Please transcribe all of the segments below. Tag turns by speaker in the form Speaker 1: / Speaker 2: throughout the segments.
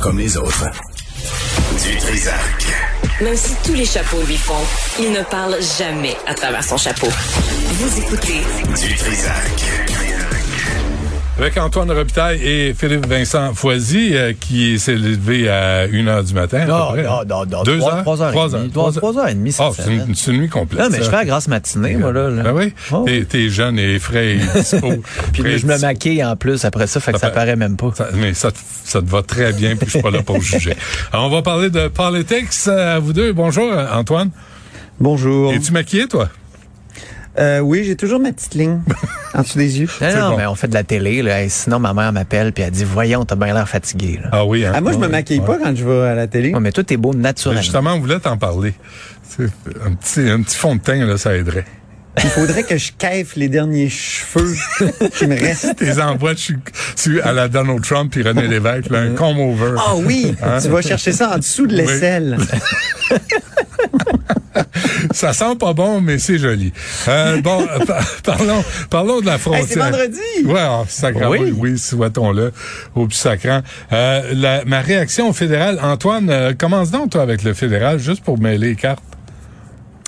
Speaker 1: comme les autres. Du Trisac.
Speaker 2: Même si tous les chapeaux lui font, il ne parle jamais à travers son chapeau. Vous écoutez
Speaker 1: Du Trisac.
Speaker 3: Avec Antoine Robitaille et Philippe Vincent Foisy, euh, qui s'est levé à 1h du matin. à peu
Speaker 4: Non,
Speaker 3: près. hein.
Speaker 4: non, non, non.
Speaker 3: Deux
Speaker 4: trois,
Speaker 3: heures?
Speaker 4: Trois heures, et demie. Trois, trois heures et demie, cette
Speaker 3: Ah, c'est une,
Speaker 4: semaine.
Speaker 3: c'est une nuit complète.
Speaker 4: Non, mais je
Speaker 3: ça.
Speaker 4: fais la grasse matinée, moi, là. là.
Speaker 3: Ah oui?
Speaker 4: Oh,
Speaker 3: T'es- T'es jeune et frais et dispo.
Speaker 4: Puis
Speaker 3: Frais
Speaker 4: là,
Speaker 3: et
Speaker 4: je me
Speaker 3: dispo.
Speaker 4: maquille en plus après ça, fait que
Speaker 3: Ça
Speaker 4: ça,
Speaker 3: pa-
Speaker 4: paraît même pas.
Speaker 3: Ça- mais ça, te- ça te va très bien, puis je suis pas là pour juger. Alors, on va parler de politics euh, à vous deux. Bonjour, euh, Antoine.
Speaker 5: Bonjour.
Speaker 3: Es-tu maquillé, toi?
Speaker 5: Euh, oui, j'ai toujours ma petite ligne en dessous des yeux.
Speaker 4: Non,
Speaker 3: c'est
Speaker 4: non,
Speaker 3: bon.
Speaker 4: mais on fait de la télé, là. Hey, sinon, ma mère m'appelle puis elle dit, voyons, t'as bien l'air fatigué, là.
Speaker 3: Ah oui, hein?
Speaker 5: Ah, moi, je me
Speaker 3: Ouais,
Speaker 5: maquille
Speaker 3: ouais.
Speaker 5: pas quand je vais à la télé.
Speaker 4: Ouais, mais toi, t'es beau naturellement.
Speaker 3: Justement, on voulait t'en parler. C'est Un petit, un petit fond de teint, là, ça aiderait.
Speaker 5: Il faudrait que je keffe les derniers cheveux qui me restent.
Speaker 3: Tes envois tu, tu- à la Donald Trump puis René Lévesque, là, un comb over.
Speaker 5: Ah oui,
Speaker 3: Hein?
Speaker 5: tu vas chercher ça en dessous de l'aisselle.
Speaker 3: Ça sent pas bon, mais c'est joli. Euh, bon, par- parlons, parlons de la frontière.
Speaker 5: Hey, c'est vendredi!
Speaker 3: Ouais, ah, sacrément, oui,
Speaker 4: Oui.
Speaker 3: oui souhaitons-le au plus sacrant. Euh, la- ma réaction au fédéral, Antoine, euh, commence donc toi avec le fédéral, juste pour mêler les cartes.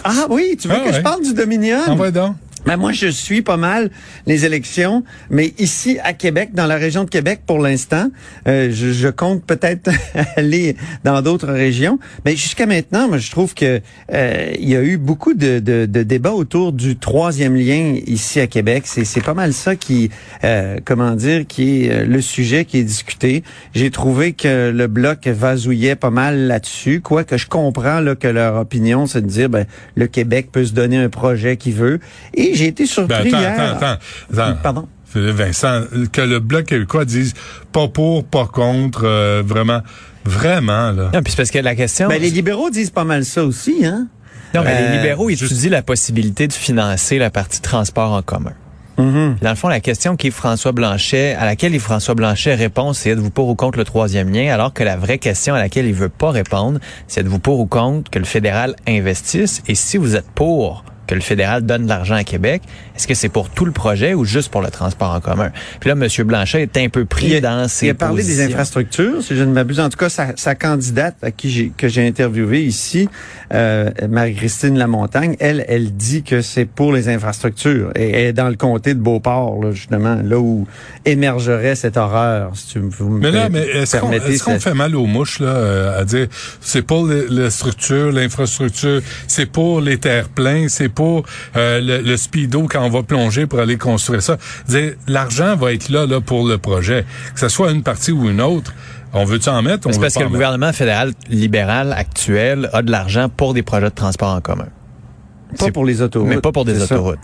Speaker 5: Ah oui, tu veux
Speaker 3: Ah
Speaker 5: que
Speaker 3: ouais.
Speaker 5: je parle du Dominion?
Speaker 3: Envoie donc.
Speaker 5: Ben, moi, je suis pas mal les élections, mais ici à Québec, dans la région de Québec pour l'instant, euh, je, je compte peut-être aller dans d'autres régions. Mais jusqu'à maintenant, moi, je trouve que euh, il y a eu beaucoup de, de- de débats autour du troisième lien ici à Québec. C'est c'est pas mal ça qui, euh, comment dire, qui est euh, le sujet qui est discuté. J'ai trouvé que le bloc vasouillait pas mal là-dessus, quoique je comprends là, que leur opinion, c'est de dire ben, le Québec peut se donner un projet qu'il veut. Et j'ai été surpris
Speaker 3: Ben, attends,
Speaker 5: hier.
Speaker 3: attends, attends, attends.
Speaker 5: Pardon?
Speaker 3: Philippe Vincent, que le Bloc québécois dise pas pour, pas contre, euh, vraiment, vraiment, là.
Speaker 4: Non, puis c'est parce que la question.
Speaker 5: Ben, les libéraux disent pas mal ça aussi, hein?
Speaker 4: Non, mais les
Speaker 5: Euh,
Speaker 4: libéraux étudient la possibilité de financer la partie transport en commun.
Speaker 5: Mm-hmm.
Speaker 4: Dans le fond, la question qui François Blanchet, à laquelle Yves François Blanchet répond, c'est êtes-vous pour ou contre le troisième lien, alors que la vraie question à laquelle il veut pas répondre, c'est êtes-vous pour ou contre que le fédéral investisse, et si vous êtes pour que le fédéral donne de l'argent à Québec, est-ce que c'est pour tout le projet ou juste pour le transport en commun? Puis là, M. Blanchet est un peu pris
Speaker 5: Il a,
Speaker 4: dans ses
Speaker 5: il a parlé des
Speaker 4: positions.
Speaker 5: infrastructures, si je ne m'abuse. En tout cas, sa, sa candidate à qui j'ai, que j'ai interviewée ici, euh, Marie-Christine Lamontagne, elle, elle dit que c'est pour les infrastructures. Et elle est dans le comté de Beauport, là, justement, là où émergerait cette horreur, si tu me vous me
Speaker 3: Mais là,
Speaker 5: per-
Speaker 3: mais est-ce qu'on
Speaker 5: Ben, permettez
Speaker 3: est-ce qu'on
Speaker 5: cette-
Speaker 3: fait mal aux mouches là euh, à dire c'est pour les- la structure, l'infrastructure, c'est pour les terres pleins, c'est pour euh, le, le speedo quand on va plonger pour aller construire ça. Dire l'argent va être là là pour le projet, que ce soit une partie ou une autre. On veut tu en mettre, on
Speaker 4: C'est
Speaker 3: veut
Speaker 4: parce
Speaker 3: pas
Speaker 4: que le
Speaker 3: en mettre.
Speaker 4: gouvernement fédéral libéral actuel a de l'argent pour des projets de transport en commun.
Speaker 5: Pas pour les autoroutes.
Speaker 4: mais pas pour des
Speaker 5: c'est ça.
Speaker 4: autoroutes.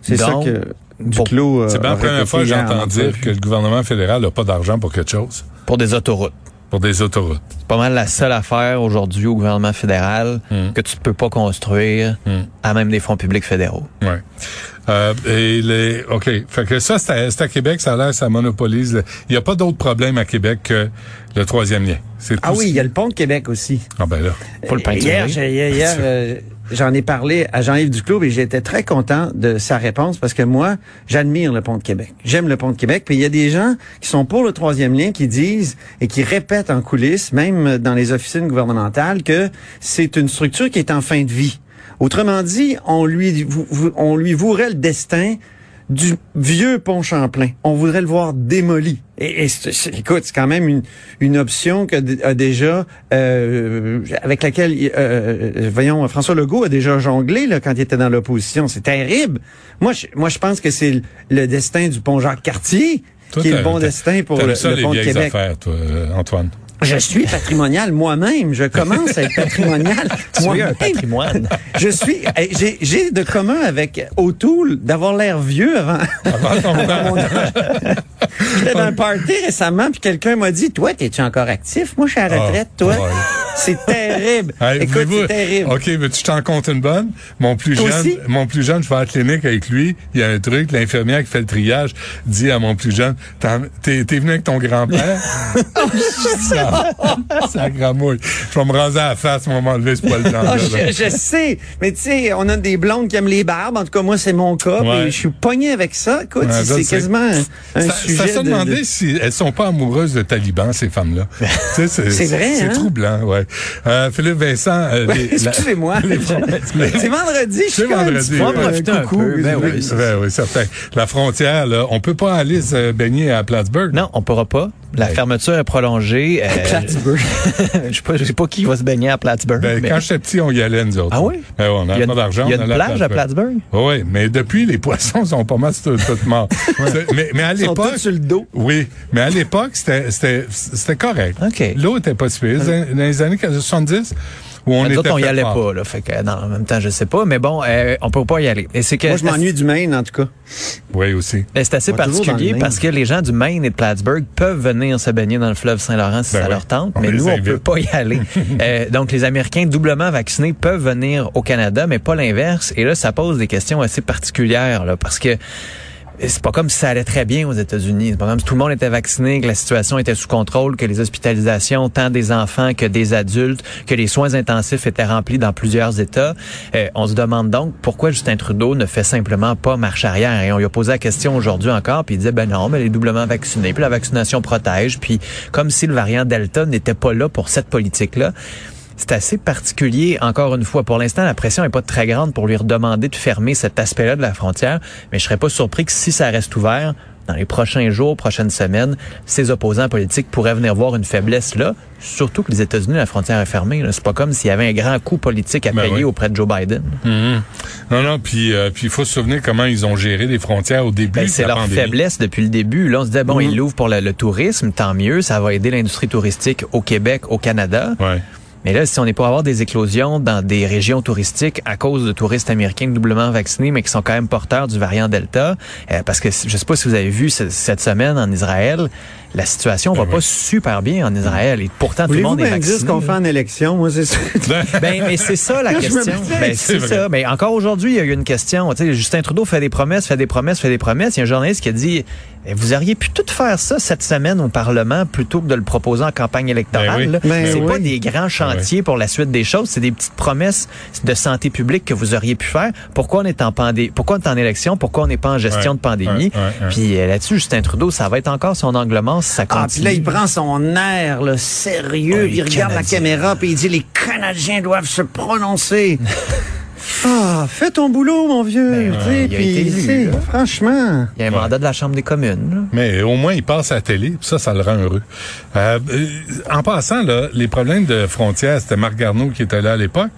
Speaker 5: C'est
Speaker 4: Donc,
Speaker 5: ça que
Speaker 4: pour-
Speaker 5: Duclos euh,
Speaker 3: C'est bien
Speaker 5: a
Speaker 3: la première
Speaker 5: répété
Speaker 3: fois que
Speaker 5: hier en
Speaker 3: j'entends dire
Speaker 5: entrevue.
Speaker 3: que le gouvernement fédéral n'a pas d'argent pour quelque chose,
Speaker 4: Pour des autoroutes.
Speaker 3: pour des autoroutes.
Speaker 4: C'est pas mal la seule affaire aujourd'hui au gouvernement fédéral que tu peux pas construire à même des fonds publics fédéraux.
Speaker 3: Ouais. Euh, et les, OK. Fait que ça, c'est à, c'est à Québec, ça a l'air, ça monopolise. le- Il n'y a pas d'autre problème à Québec que le troisième lien. C'est
Speaker 5: Ah
Speaker 3: tout
Speaker 5: oui,
Speaker 3: ce-
Speaker 5: il y a le pont de Québec aussi.
Speaker 3: Ah ben là.
Speaker 4: Faut le peinturer.
Speaker 5: Euh, Hier, j'ai- hier, hier, euh, j'en ai parlé à Jean-Yves Duclos et j'étais très content de sa réponse parce que moi, j'admire le pont de Québec. J'aime le pont de Québec. Puis il y a des gens qui sont pour le troisième lien qui disent et qui répètent en coulisses, même dans les officines gouvernementales, que c'est une structure qui est en fin de vie. Autrement dit, on lui, vou- vou- on lui vouerait le destin du vieux pont Champlain. On voudrait le voir démoli. Et, et c'est- c'est- écoute, c'est quand même une, une option que d- a déjà euh, avec laquelle il- euh, euh, voyons François Legault a déjà jonglé là, quand il était dans l'opposition. C'est terrible. Moi, je, moi, je pense que c'est le, le destin du pont Jacques Cartier
Speaker 3: Toi,
Speaker 5: qui est le
Speaker 3: t'as-
Speaker 5: bon
Speaker 3: t'as-
Speaker 5: destin pour
Speaker 3: t'aimes
Speaker 5: le,
Speaker 3: ça,
Speaker 5: le
Speaker 3: les
Speaker 5: pont de
Speaker 3: vieilles
Speaker 5: Québec.
Speaker 3: affaires, toi, euh, Antoine.
Speaker 5: Je suis patrimonial moi-même. Je commence à être patrimonial
Speaker 4: Tu es
Speaker 5: moi-même.
Speaker 4: un patrimoine.
Speaker 5: Je suis, eh, j'ai- j'ai de commun avec O'Toole d'avoir l'air vieux avant,
Speaker 3: Avant ton temps.
Speaker 5: J'étais dans un party récemment, puis quelqu'un m'a dit, toi, t'es-tu encore actif? Moi, je suis à la
Speaker 3: Ah,
Speaker 5: retraite, toi.
Speaker 3: ouais.
Speaker 5: C'est terrible.
Speaker 3: Hey,
Speaker 5: Écoute,
Speaker 3: voulez-vous-
Speaker 5: c'est terrible.
Speaker 3: OK, mais tu t'en comptes une bonne? Mon plus
Speaker 5: Toi
Speaker 3: jeune,
Speaker 5: aussi?
Speaker 3: mon plus jeune, je vais à la clinique avec lui. Il y a un truc, l'infirmière qui fait le
Speaker 5: Oh,
Speaker 3: triage dit à mon plus jeune, T'en- t'es t'es venu avec ton grand-père? Je dis, Ah, ça gramouille. Je vais me raser à la face, moi, m'enlever ce poil blanc.
Speaker 5: Ah, je, je sais, mais tu sais, on a des blondes qui aiment les barbes. En tout cas, moi, c'est mon cas.
Speaker 3: Ouais.
Speaker 5: puis Je suis pogné avec ça. Écoute,
Speaker 3: Ouais, je
Speaker 5: c'est
Speaker 3: sais.
Speaker 5: quasiment un, un
Speaker 3: ça,
Speaker 5: sujet.
Speaker 3: ça se
Speaker 5: de- de-
Speaker 3: demandait si elles sont pas amoureuses de talibans, ces femmes-là. Tu sais,
Speaker 5: Ben, C'est vrai,
Speaker 3: C'est
Speaker 5: hein?
Speaker 3: troublant, ouais. Euh, Philippe Vincent. euh,
Speaker 5: Ouais,
Speaker 3: les- la-
Speaker 5: Excusez-moi.
Speaker 3: les-
Speaker 5: C'est vendredi, je suis
Speaker 3: C'est
Speaker 5: comme un
Speaker 3: vendredi,
Speaker 5: petit
Speaker 3: ouais.
Speaker 5: peu, euh,
Speaker 4: Profitez un
Speaker 5: coucou.
Speaker 4: peu, ben oui.
Speaker 3: Ben oui, certain. La frontière, là, on peut pas aller se baigner à Plattsburgh.
Speaker 4: Non, on pourra pas. La fermeture est prolongée. euh,
Speaker 5: Plattsburgh.
Speaker 4: je sais pas, je sais pas qui va se baigner à Plattsburgh.
Speaker 3: Ben,
Speaker 4: mais-
Speaker 3: Quand j'étais petit, on y allait, nous autres.
Speaker 4: Ah oui?
Speaker 3: Ben on
Speaker 4: Il y
Speaker 3: n'avait
Speaker 4: a
Speaker 3: pas
Speaker 4: une-
Speaker 3: d'argent.
Speaker 4: il y a
Speaker 3: on
Speaker 4: une
Speaker 3: allait à Ah
Speaker 4: plage à
Speaker 3: Oui, mais depuis, les poissons sont pas mal tout, tout morts. C'est- mais, mais à
Speaker 5: sont
Speaker 3: l'époque...
Speaker 5: tous sur le dos.
Speaker 3: Oui, mais à l'époque, c'était- c'était c'était correct.
Speaker 4: OK. Hein?
Speaker 3: L'eau était pas super. Dans les années 70, où on
Speaker 4: Nous
Speaker 3: était
Speaker 4: autres, on y
Speaker 3: fait
Speaker 4: allait
Speaker 3: fort.
Speaker 4: pas, là. Fait que, euh, non, en même temps, je sais pas, mais bon, euh, on peut pas y aller. Et c'est que.
Speaker 5: Moi, je m'ennuie du Maine, en tout cas.
Speaker 3: Oui, aussi.
Speaker 4: Mais c'est assez
Speaker 5: On va toujours dans le
Speaker 4: particulier
Speaker 5: Maine.
Speaker 4: parce que les gens du Maine et de Plattsburgh peuvent venir se baigner dans le fleuve Saint-Laurent si
Speaker 3: Ben
Speaker 4: ça
Speaker 3: oui.
Speaker 4: leur tente,
Speaker 3: On
Speaker 4: mais
Speaker 3: les
Speaker 4: nous, on
Speaker 3: invite.
Speaker 4: peut pas y aller. Euh, donc, les Américains doublement vaccinés peuvent venir au Canada, mais pas l'inverse. Et là, ça pose des questions assez particulières, là, parce que c'est pas comme si ça allait très bien aux États-Unis. C'est pas comme si tout le monde était vacciné, que la situation était sous contrôle, que les hospitalisations, tant des enfants que des adultes, que les soins intensifs étaient remplis dans plusieurs États. Euh, on se demande donc pourquoi Justin Trudeau ne fait simplement pas marche arrière. Et on lui a posé la question aujourd'hui encore, puis il disait, ben non, mais les doublement vaccinés, puis la vaccination protège, puis comme si le variant Delta n'était pas là pour cette politique-là. C'est assez particulier, encore une fois. Pour l'instant, la pression n'est pas très grande pour lui redemander de fermer cet aspect-là de la frontière, mais je serais pas surpris que si ça reste ouvert, dans les prochains jours, prochaines semaines, ses opposants politiques pourraient venir voir une faiblesse là, surtout que les États-Unis, la frontière est fermée. là. C'est pas comme s'il y avait un grand coup politique à
Speaker 3: Ben
Speaker 4: payer
Speaker 3: oui.
Speaker 4: auprès de Joe Biden.
Speaker 3: Non, non, puis euh, puis il faut se souvenir comment ils ont géré les frontières au début
Speaker 4: Ben,
Speaker 3: de
Speaker 4: c'est
Speaker 3: la
Speaker 4: leur
Speaker 3: pandémie. Mm-hmm.
Speaker 4: faiblesse depuis le début. Là, on se disait, bon, ils l'ouvrent pour le, le tourisme, tant mieux, ça va aider l'industrie touristique au Québec, au Canada.
Speaker 3: Ouais.
Speaker 4: Mais là, si on est pour avoir des éclosions dans des régions touristiques à cause de touristes américains doublement vaccinés, mais qui sont quand même porteurs du variant Delta, euh, parce que c- je sais pas si vous avez vu ce- cette semaine en Israël, la situation va pas super bien en Israël. Et pourtant, tout le
Speaker 5: Ben Voulez-vous
Speaker 4: monde est
Speaker 5: bien me dire
Speaker 4: vacciné.
Speaker 5: ce qu'on fait en élection? Moi, c'est ça.
Speaker 4: Ben, mais c'est ça la
Speaker 5: Je me
Speaker 4: question.
Speaker 5: disais,
Speaker 4: Ben,
Speaker 3: c'est
Speaker 4: c'est
Speaker 3: vrai.
Speaker 4: ça. Mais encore aujourd'hui, il y a eu une question. Tu sais, Justin Trudeau fait des promesses, fait des promesses, fait des promesses. Il y a un journaliste qui a dit Eh, Vous auriez pu tout faire ça cette semaine au Parlement plutôt que de le proposer en campagne
Speaker 3: Ben oui.
Speaker 4: électorale. là.
Speaker 5: Ben
Speaker 4: c'est
Speaker 5: oui.
Speaker 4: pas des grands chantiers pour la suite des choses. C'est des petites promesses de santé publique que vous auriez pu faire. Pourquoi on est en pandémie Pourquoi on est en élection Pourquoi on n'est pas en gestion
Speaker 3: Ouais,
Speaker 4: de pandémie
Speaker 3: ouais, ouais, ouais.
Speaker 4: Puis euh, là-dessus, Justin Trudeau, ça va être encore son angle mort si ça
Speaker 5: Ah,
Speaker 4: continue.
Speaker 5: puis là, il prend son air là, sérieux,
Speaker 4: Oh, les
Speaker 5: il regarde la
Speaker 4: Canadiens.
Speaker 5: caméra, puis il dit, les Canadiens doivent se prononcer. ah, fais ton boulot, mon vieux. tu sais,
Speaker 4: Ben il a
Speaker 5: puis,
Speaker 4: été élu,
Speaker 5: tu sais,
Speaker 4: là.
Speaker 5: franchement.
Speaker 4: Il y a un mandat de la Chambre des communes. là.
Speaker 3: Mais au moins, il passe à la télé, puis ça, ça le rend heureux. Euh, euh, en passant, là, les problèmes de frontières, c'était Marc Garneau qui était là à l'époque.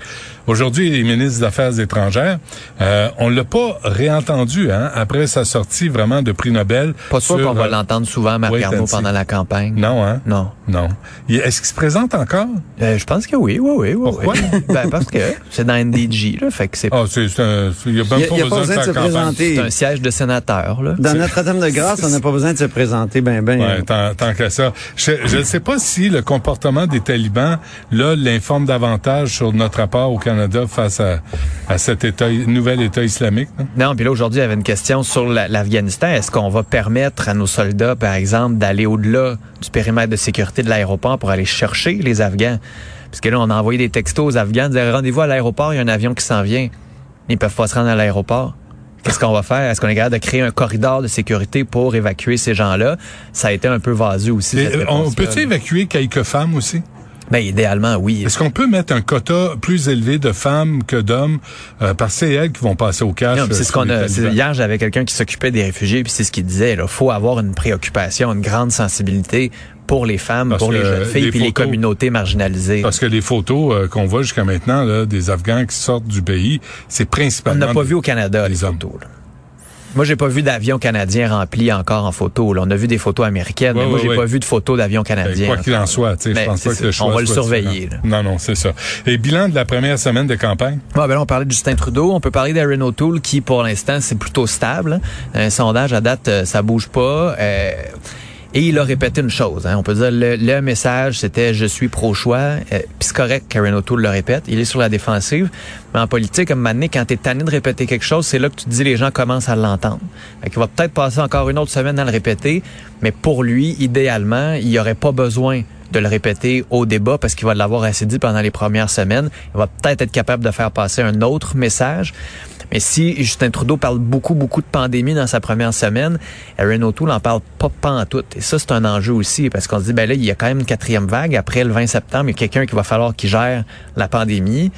Speaker 3: Aujourd'hui, il est ministre des Affaires étrangères. Euh, on l'a pas réentendu, hein, après sa sortie vraiment de prix Nobel.
Speaker 4: Pas sûr
Speaker 3: sur,
Speaker 4: qu'on va
Speaker 3: euh,
Speaker 4: l'entendre souvent, Marc
Speaker 3: wait and
Speaker 4: Garneau,
Speaker 3: see.
Speaker 4: pendant la campagne.
Speaker 3: Non, hein?
Speaker 4: Non.
Speaker 3: Non. Il- Est-ce qu'il se présente encore?
Speaker 4: Euh, je pense que oui, oui, oui. oui
Speaker 3: Pourquoi?
Speaker 4: oui. ben, parce que c'est dans NDG, là, fait que c'est
Speaker 3: Ah, c'est c'est un... Il y a même
Speaker 5: Il y a-
Speaker 3: pas
Speaker 5: il y a
Speaker 3: besoin de faire
Speaker 5: se
Speaker 3: campagne.
Speaker 5: présenter.
Speaker 4: c'est un siège de sénateur. Là.
Speaker 5: Dans Notre-Dame de Grâce, on n'a pas besoin de se présenter, ben ben.
Speaker 3: Ouais, tant, tant que ça. Je ne sais pas si le comportement des talibans, là, l'informe davantage sur notre rapport au Canada face à, à cet état, nouvel État islamique. non?
Speaker 4: Non, puis là, aujourd'hui, il y avait une question sur la- l'Afghanistan. Est-ce qu'on va permettre à nos soldats, par exemple, d'aller au-delà du périmètre de sécurité de l'aéroport pour aller chercher les Afghans? Parce que là, on a envoyé des textos aux Afghans, disant rendez-vous à l'aéroport, il y a un avion qui s'en vient. Ils peuvent pas se rendre à l'aéroport. Qu'est-ce qu'on va faire? Est-ce qu'on est capable de créer un corridor de sécurité pour évacuer ces gens-là? Ça a été un peu vasu aussi.
Speaker 3: Et,
Speaker 4: cette
Speaker 3: euh, on
Speaker 4: réponse-là,
Speaker 3: peut-tu
Speaker 4: là.
Speaker 3: évacuer quelques femmes aussi?
Speaker 4: Ben, idéalement, oui.
Speaker 3: Est-ce qu'on peut mettre un quota plus élevé de femmes que d'hommes euh, parce que c'est elles qui vont passer au cash?
Speaker 4: Non, mais
Speaker 3: euh,
Speaker 4: c'est ce
Speaker 3: sur
Speaker 4: qu'on
Speaker 3: les
Speaker 4: a. c'est-
Speaker 3: talibans?
Speaker 4: Hier, j'avais quelqu'un qui s'occupait des réfugiés, puis c'est ce qu'il disait. Il faut avoir une préoccupation, une grande sensibilité pour les femmes,
Speaker 3: Parce
Speaker 4: pour les
Speaker 3: que
Speaker 4: jeunes filles,
Speaker 3: les
Speaker 4: puis les
Speaker 3: photos-
Speaker 4: communautés marginalisées.
Speaker 3: Parce que les photos euh, qu'on voit jusqu'à maintenant là, des Afghans qui sortent du pays, c'est
Speaker 4: On
Speaker 3: principalement...
Speaker 4: n'a pas vu au Canada
Speaker 3: les
Speaker 4: les
Speaker 3: hommes.
Speaker 4: photos. là. Moi, j'ai pas vu d'avion canadien rempli encore en photo. là. On a vu des photos américaines,
Speaker 3: Ouais,
Speaker 4: mais moi,
Speaker 3: ouais,
Speaker 4: j'ai
Speaker 3: ouais.
Speaker 4: pas vu de photos d'avion
Speaker 3: Ben,
Speaker 4: canadien.
Speaker 3: Quoi qu'il en soit, tu sais, je
Speaker 4: Ben,
Speaker 3: pense
Speaker 4: c'est
Speaker 3: pas que le
Speaker 4: ça.
Speaker 3: choix
Speaker 4: On va le
Speaker 3: soit
Speaker 4: surveiller,
Speaker 3: différent. Non, non, c'est ça. Et bilan de la première semaine de campagne?
Speaker 4: Bon, ben là, on parlait de Justin Trudeau, on peut parler d'Aaron O'Toole qui, pour l'instant, c'est plutôt stable. Un sondage à date, euh, ça bouge pas. euh, et il a répété une chose. hein. on peut dire le, le message, c'était je suis pro-choix. euh, Puis c'est correct qu'Aaron O'Toole le répète. Il est sur la défensive. Mais en politique, à un moment donné, quand t'es tanné de répéter quelque chose, c'est là que tu te dis les gens commencent à l'entendre. Fait qu'il va peut-être passer encore une autre semaine à le répéter. Mais pour lui, idéalement, il n'y aurait pas besoin de le répéter au débat parce qu'il va l'avoir assez dit pendant les premières semaines. Il va peut-être être capable de faire passer un autre message. Mais si Justin Trudeau parle beaucoup, beaucoup de pandémie dans sa première semaine, Aaron O'Toole n'en parle pas pantoute. Et ça, c'est un enjeu aussi, parce qu'on se dit, ben là, il y a quand même une quatrième vague. Après le 20 septembre, il y a quelqu'un qui va falloir qui gère la pandémie.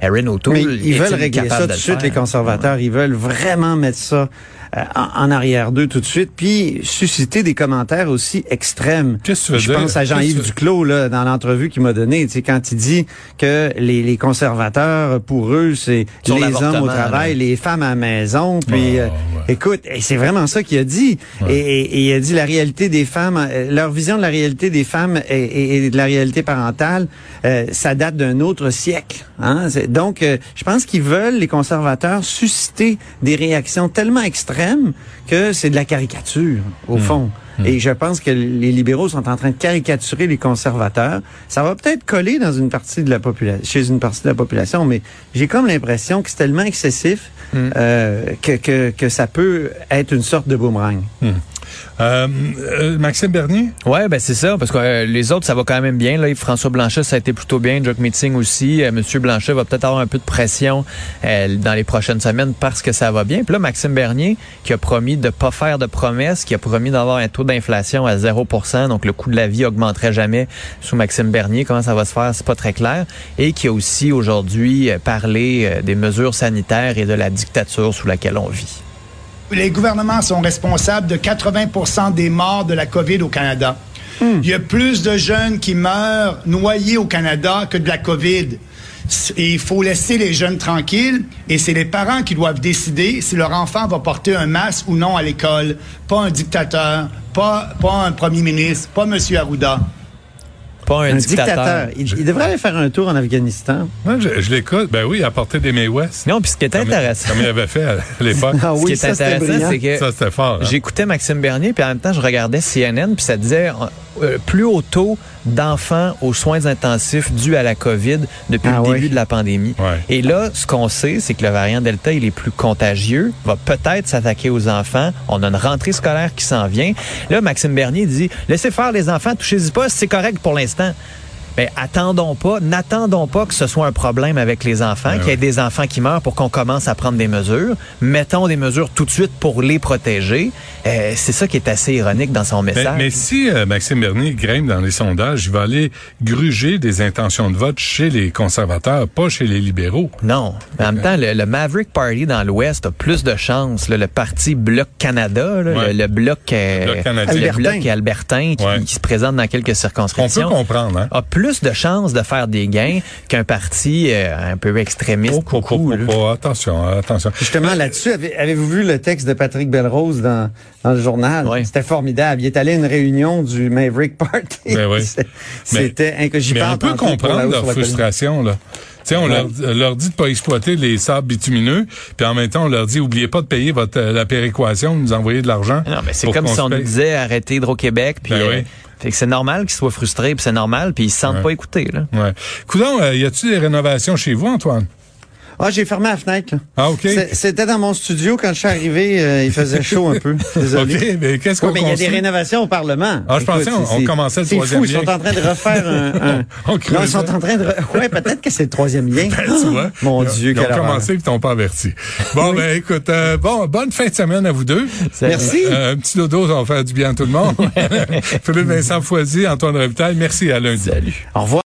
Speaker 4: Aaron O'Toole,
Speaker 5: Mais ils veulent
Speaker 4: est-il
Speaker 5: régler
Speaker 4: capable de
Speaker 5: ça tout de
Speaker 4: le
Speaker 5: suite,
Speaker 4: faire?
Speaker 5: les conservateurs. Ils veulent vraiment mettre ça euh, en, en arrière d'eux tout de suite, puis susciter des commentaires aussi extrêmes.
Speaker 3: Qu'est-ce que tu veux
Speaker 5: Je
Speaker 3: dire?
Speaker 5: pense à
Speaker 3: Qu'est-ce
Speaker 5: Jean-Yves
Speaker 3: que-
Speaker 5: Duclos là, dans l'entrevue qu'il m'a donnée, tu sais, quand il dit que les, les conservateurs, pour eux, c'est
Speaker 4: Sur
Speaker 5: les hommes
Speaker 4: l'avortement,
Speaker 5: au travail,
Speaker 4: là.
Speaker 5: les femmes à la maison. Puis,
Speaker 3: Ah,
Speaker 5: euh,
Speaker 3: ouais.
Speaker 5: écoute, et c'est vraiment ça qu'il a dit. Et, et- et il a dit la réalité des femmes, euh, leur vision de la réalité des femmes et, et- et de la réalité parentale, euh, ça date d'un autre siècle. hein. C'est- Donc, euh, je pense qu'ils veulent les conservateurs susciter des réactions tellement extrêmes que c'est de la caricature
Speaker 3: Hmm.
Speaker 5: au fond. Et je pense que les libéraux sont en train de caricaturer les conservateurs. Ça va peut-être coller dans une partie de la population, chez une partie de la population, mais j'ai comme l'impression que c'est tellement excessif euh, que, que, que ça peut être une sorte de boomerang.
Speaker 3: Euh, euh, Maxime Bernier?
Speaker 4: Ouais, ben c'est ça, parce que euh, les autres, ça va quand même bien. Là, François Blanchet, ça a été plutôt bien. Jock Meeting aussi. Euh, Monsieur Blanchet va peut-être avoir un peu de pression euh, dans les prochaines semaines parce que ça va bien. Puis là, Maxime Bernier, qui a promis de pas faire de promesses, qui a promis d'avoir un taux d'inflation à 0 donc le coût de la vie augmenterait jamais sous Maxime Bernier. Comment ça va se faire, c'est pas très clair. Et qui a aussi aujourd'hui euh, parlé euh, des mesures sanitaires et de la dictature sous laquelle on vit.
Speaker 6: Les gouvernements sont responsables de 80 des morts de la COVID au Canada. Il y a plus de jeunes qui meurent noyés au Canada que de la COVID. S- Et il faut laisser les jeunes tranquilles et c'est les parents qui doivent décider si leur enfant va porter un masque ou non à l'école. Pas un dictateur, pas, pas un premier ministre, pas M. Arruda.
Speaker 4: Pas un,
Speaker 5: Un, dictateur. Il, il devrait aller faire un tour en Afghanistan.
Speaker 3: Moi, je, je l'écoute. Ben oui, apporter des May West.
Speaker 4: Non, puis ce qui est
Speaker 3: Comme-
Speaker 4: intéressant.
Speaker 3: Comme il avait fait à l'époque.
Speaker 5: Ah
Speaker 4: Ce
Speaker 5: oui,
Speaker 4: qui est
Speaker 5: ça, c'était
Speaker 4: intéressant,
Speaker 5: brillant.
Speaker 4: c'est que
Speaker 3: Ça, c'était fort. hein?
Speaker 4: j'écoutais Maxime Bernier, puis en même temps, je regardais CNN, puis ça disait euh, plus haut taux d'enfants aux soins intensifs dus à la COVID depuis
Speaker 5: Ah
Speaker 4: le
Speaker 5: ouais.
Speaker 4: début de la pandémie.
Speaker 3: Ouais.
Speaker 4: Et là, ce qu'on sait, c'est que le variant Delta, il est plus contagieux, va peut-être s'attaquer aux enfants. On a une rentrée scolaire qui s'en vient. Là, Maxime Bernier dit, laissez faire les enfants, touchez-y pas, c'est correct pour l'instant. Mais attendons pas, n'attendons pas que ce soit un problème avec les enfants,
Speaker 3: Ben
Speaker 4: qu'il y ait des enfants qui meurent pour qu'on commence à prendre des mesures. Mettons des mesures tout de suite pour les protéger. Euh, c'est ça qui est assez ironique dans son
Speaker 3: Mais,
Speaker 4: message.
Speaker 3: mais si euh, Maxime Bernier grimpe dans les sondages, il va aller gruger des intentions de vote chez les conservateurs, pas chez les libéraux.
Speaker 4: Non. Mais en même temps, le, le Maverick Party dans l'Ouest a plus de chances. là, le parti Bloc Canada, là,
Speaker 3: Ouais.
Speaker 4: le, le bloc,
Speaker 3: Le
Speaker 4: euh,
Speaker 3: Bloc canadien.
Speaker 4: le
Speaker 5: Albertain.
Speaker 4: bloc albertain qui,
Speaker 3: Ouais.
Speaker 4: qui se présente dans quelques
Speaker 3: On peut
Speaker 4: circonscriptions,
Speaker 3: comprendre, hein?
Speaker 4: a plus de chances de faire des gains qu'un parti euh, un peu extrémiste.
Speaker 3: Oh, oh, oh, oh, oh, attention, attention.
Speaker 5: Justement, là-dessus, avez- avez-vous vu le texte de Patrick Belrose dans, dans le journal?
Speaker 4: Oui.
Speaker 5: C'était formidable. Il est allé à une réunion du Maverick Party.
Speaker 3: Ben oui.
Speaker 5: C'est-
Speaker 3: Mais-
Speaker 5: C'était inco- j'y
Speaker 3: Mais
Speaker 5: parle
Speaker 3: on peut
Speaker 5: tantôt pour
Speaker 3: comprendre
Speaker 5: La Haut
Speaker 3: leur
Speaker 5: sur la colline.
Speaker 3: frustration, là. Tu sais, on leur, leur dit de pas exploiter les sables bitumineux, puis en même temps, on leur dit, oubliez pas de payer votre, euh, la péréquation, de nous envoyer de l'argent.
Speaker 4: Non, mais c'est
Speaker 3: pour
Speaker 4: comme
Speaker 3: qu'on
Speaker 4: si
Speaker 3: se
Speaker 4: on nous
Speaker 3: paye.
Speaker 4: disait arrêtez Hydro-Québec. Puis,
Speaker 3: Ben
Speaker 4: euh,
Speaker 3: oui.
Speaker 4: fait que c'est normal qu'ils soient frustrés, puis c'est normal, puis ils se sentent pas écoutés. Là.
Speaker 3: Ouais. Coudon, euh, y a-tu des rénovations chez vous, Antoine?
Speaker 5: Ah, j'ai fermé la fenêtre. là.
Speaker 3: Ah, OK.
Speaker 5: C'est- C'était dans mon studio quand je suis arrivé. euh, il faisait chaud un peu. Désolé.
Speaker 3: OK, mais qu'est-ce qu'on
Speaker 5: Oui, mais il y a des
Speaker 3: construit?
Speaker 5: rénovations au Parlement.
Speaker 3: Ah, je pensais, on- on
Speaker 5: c'est-
Speaker 3: commençait le
Speaker 5: c'est
Speaker 3: troisième
Speaker 5: fou,
Speaker 3: lien.
Speaker 5: Ils sont en train de refaire un. un...
Speaker 3: On
Speaker 5: non,
Speaker 3: creusait.
Speaker 5: ils sont en train de. Re... Ouais, peut-être que c'est le troisième lien.
Speaker 3: tu vois.
Speaker 5: Mon
Speaker 3: Ils ont-
Speaker 5: Dieu,
Speaker 3: Ils ont
Speaker 5: quelle horreur.
Speaker 3: commencé et t'ont pas averti. Bon, ben écoute, euh, bon, bonne fin de semaine à vous deux.
Speaker 5: Merci.
Speaker 3: Euh, un petit dodo, ça va faire du bien à tout le monde. Philippe Vincent Foisy, Antoine Revital, merci à lundi.
Speaker 4: Salut.
Speaker 5: Au revoir.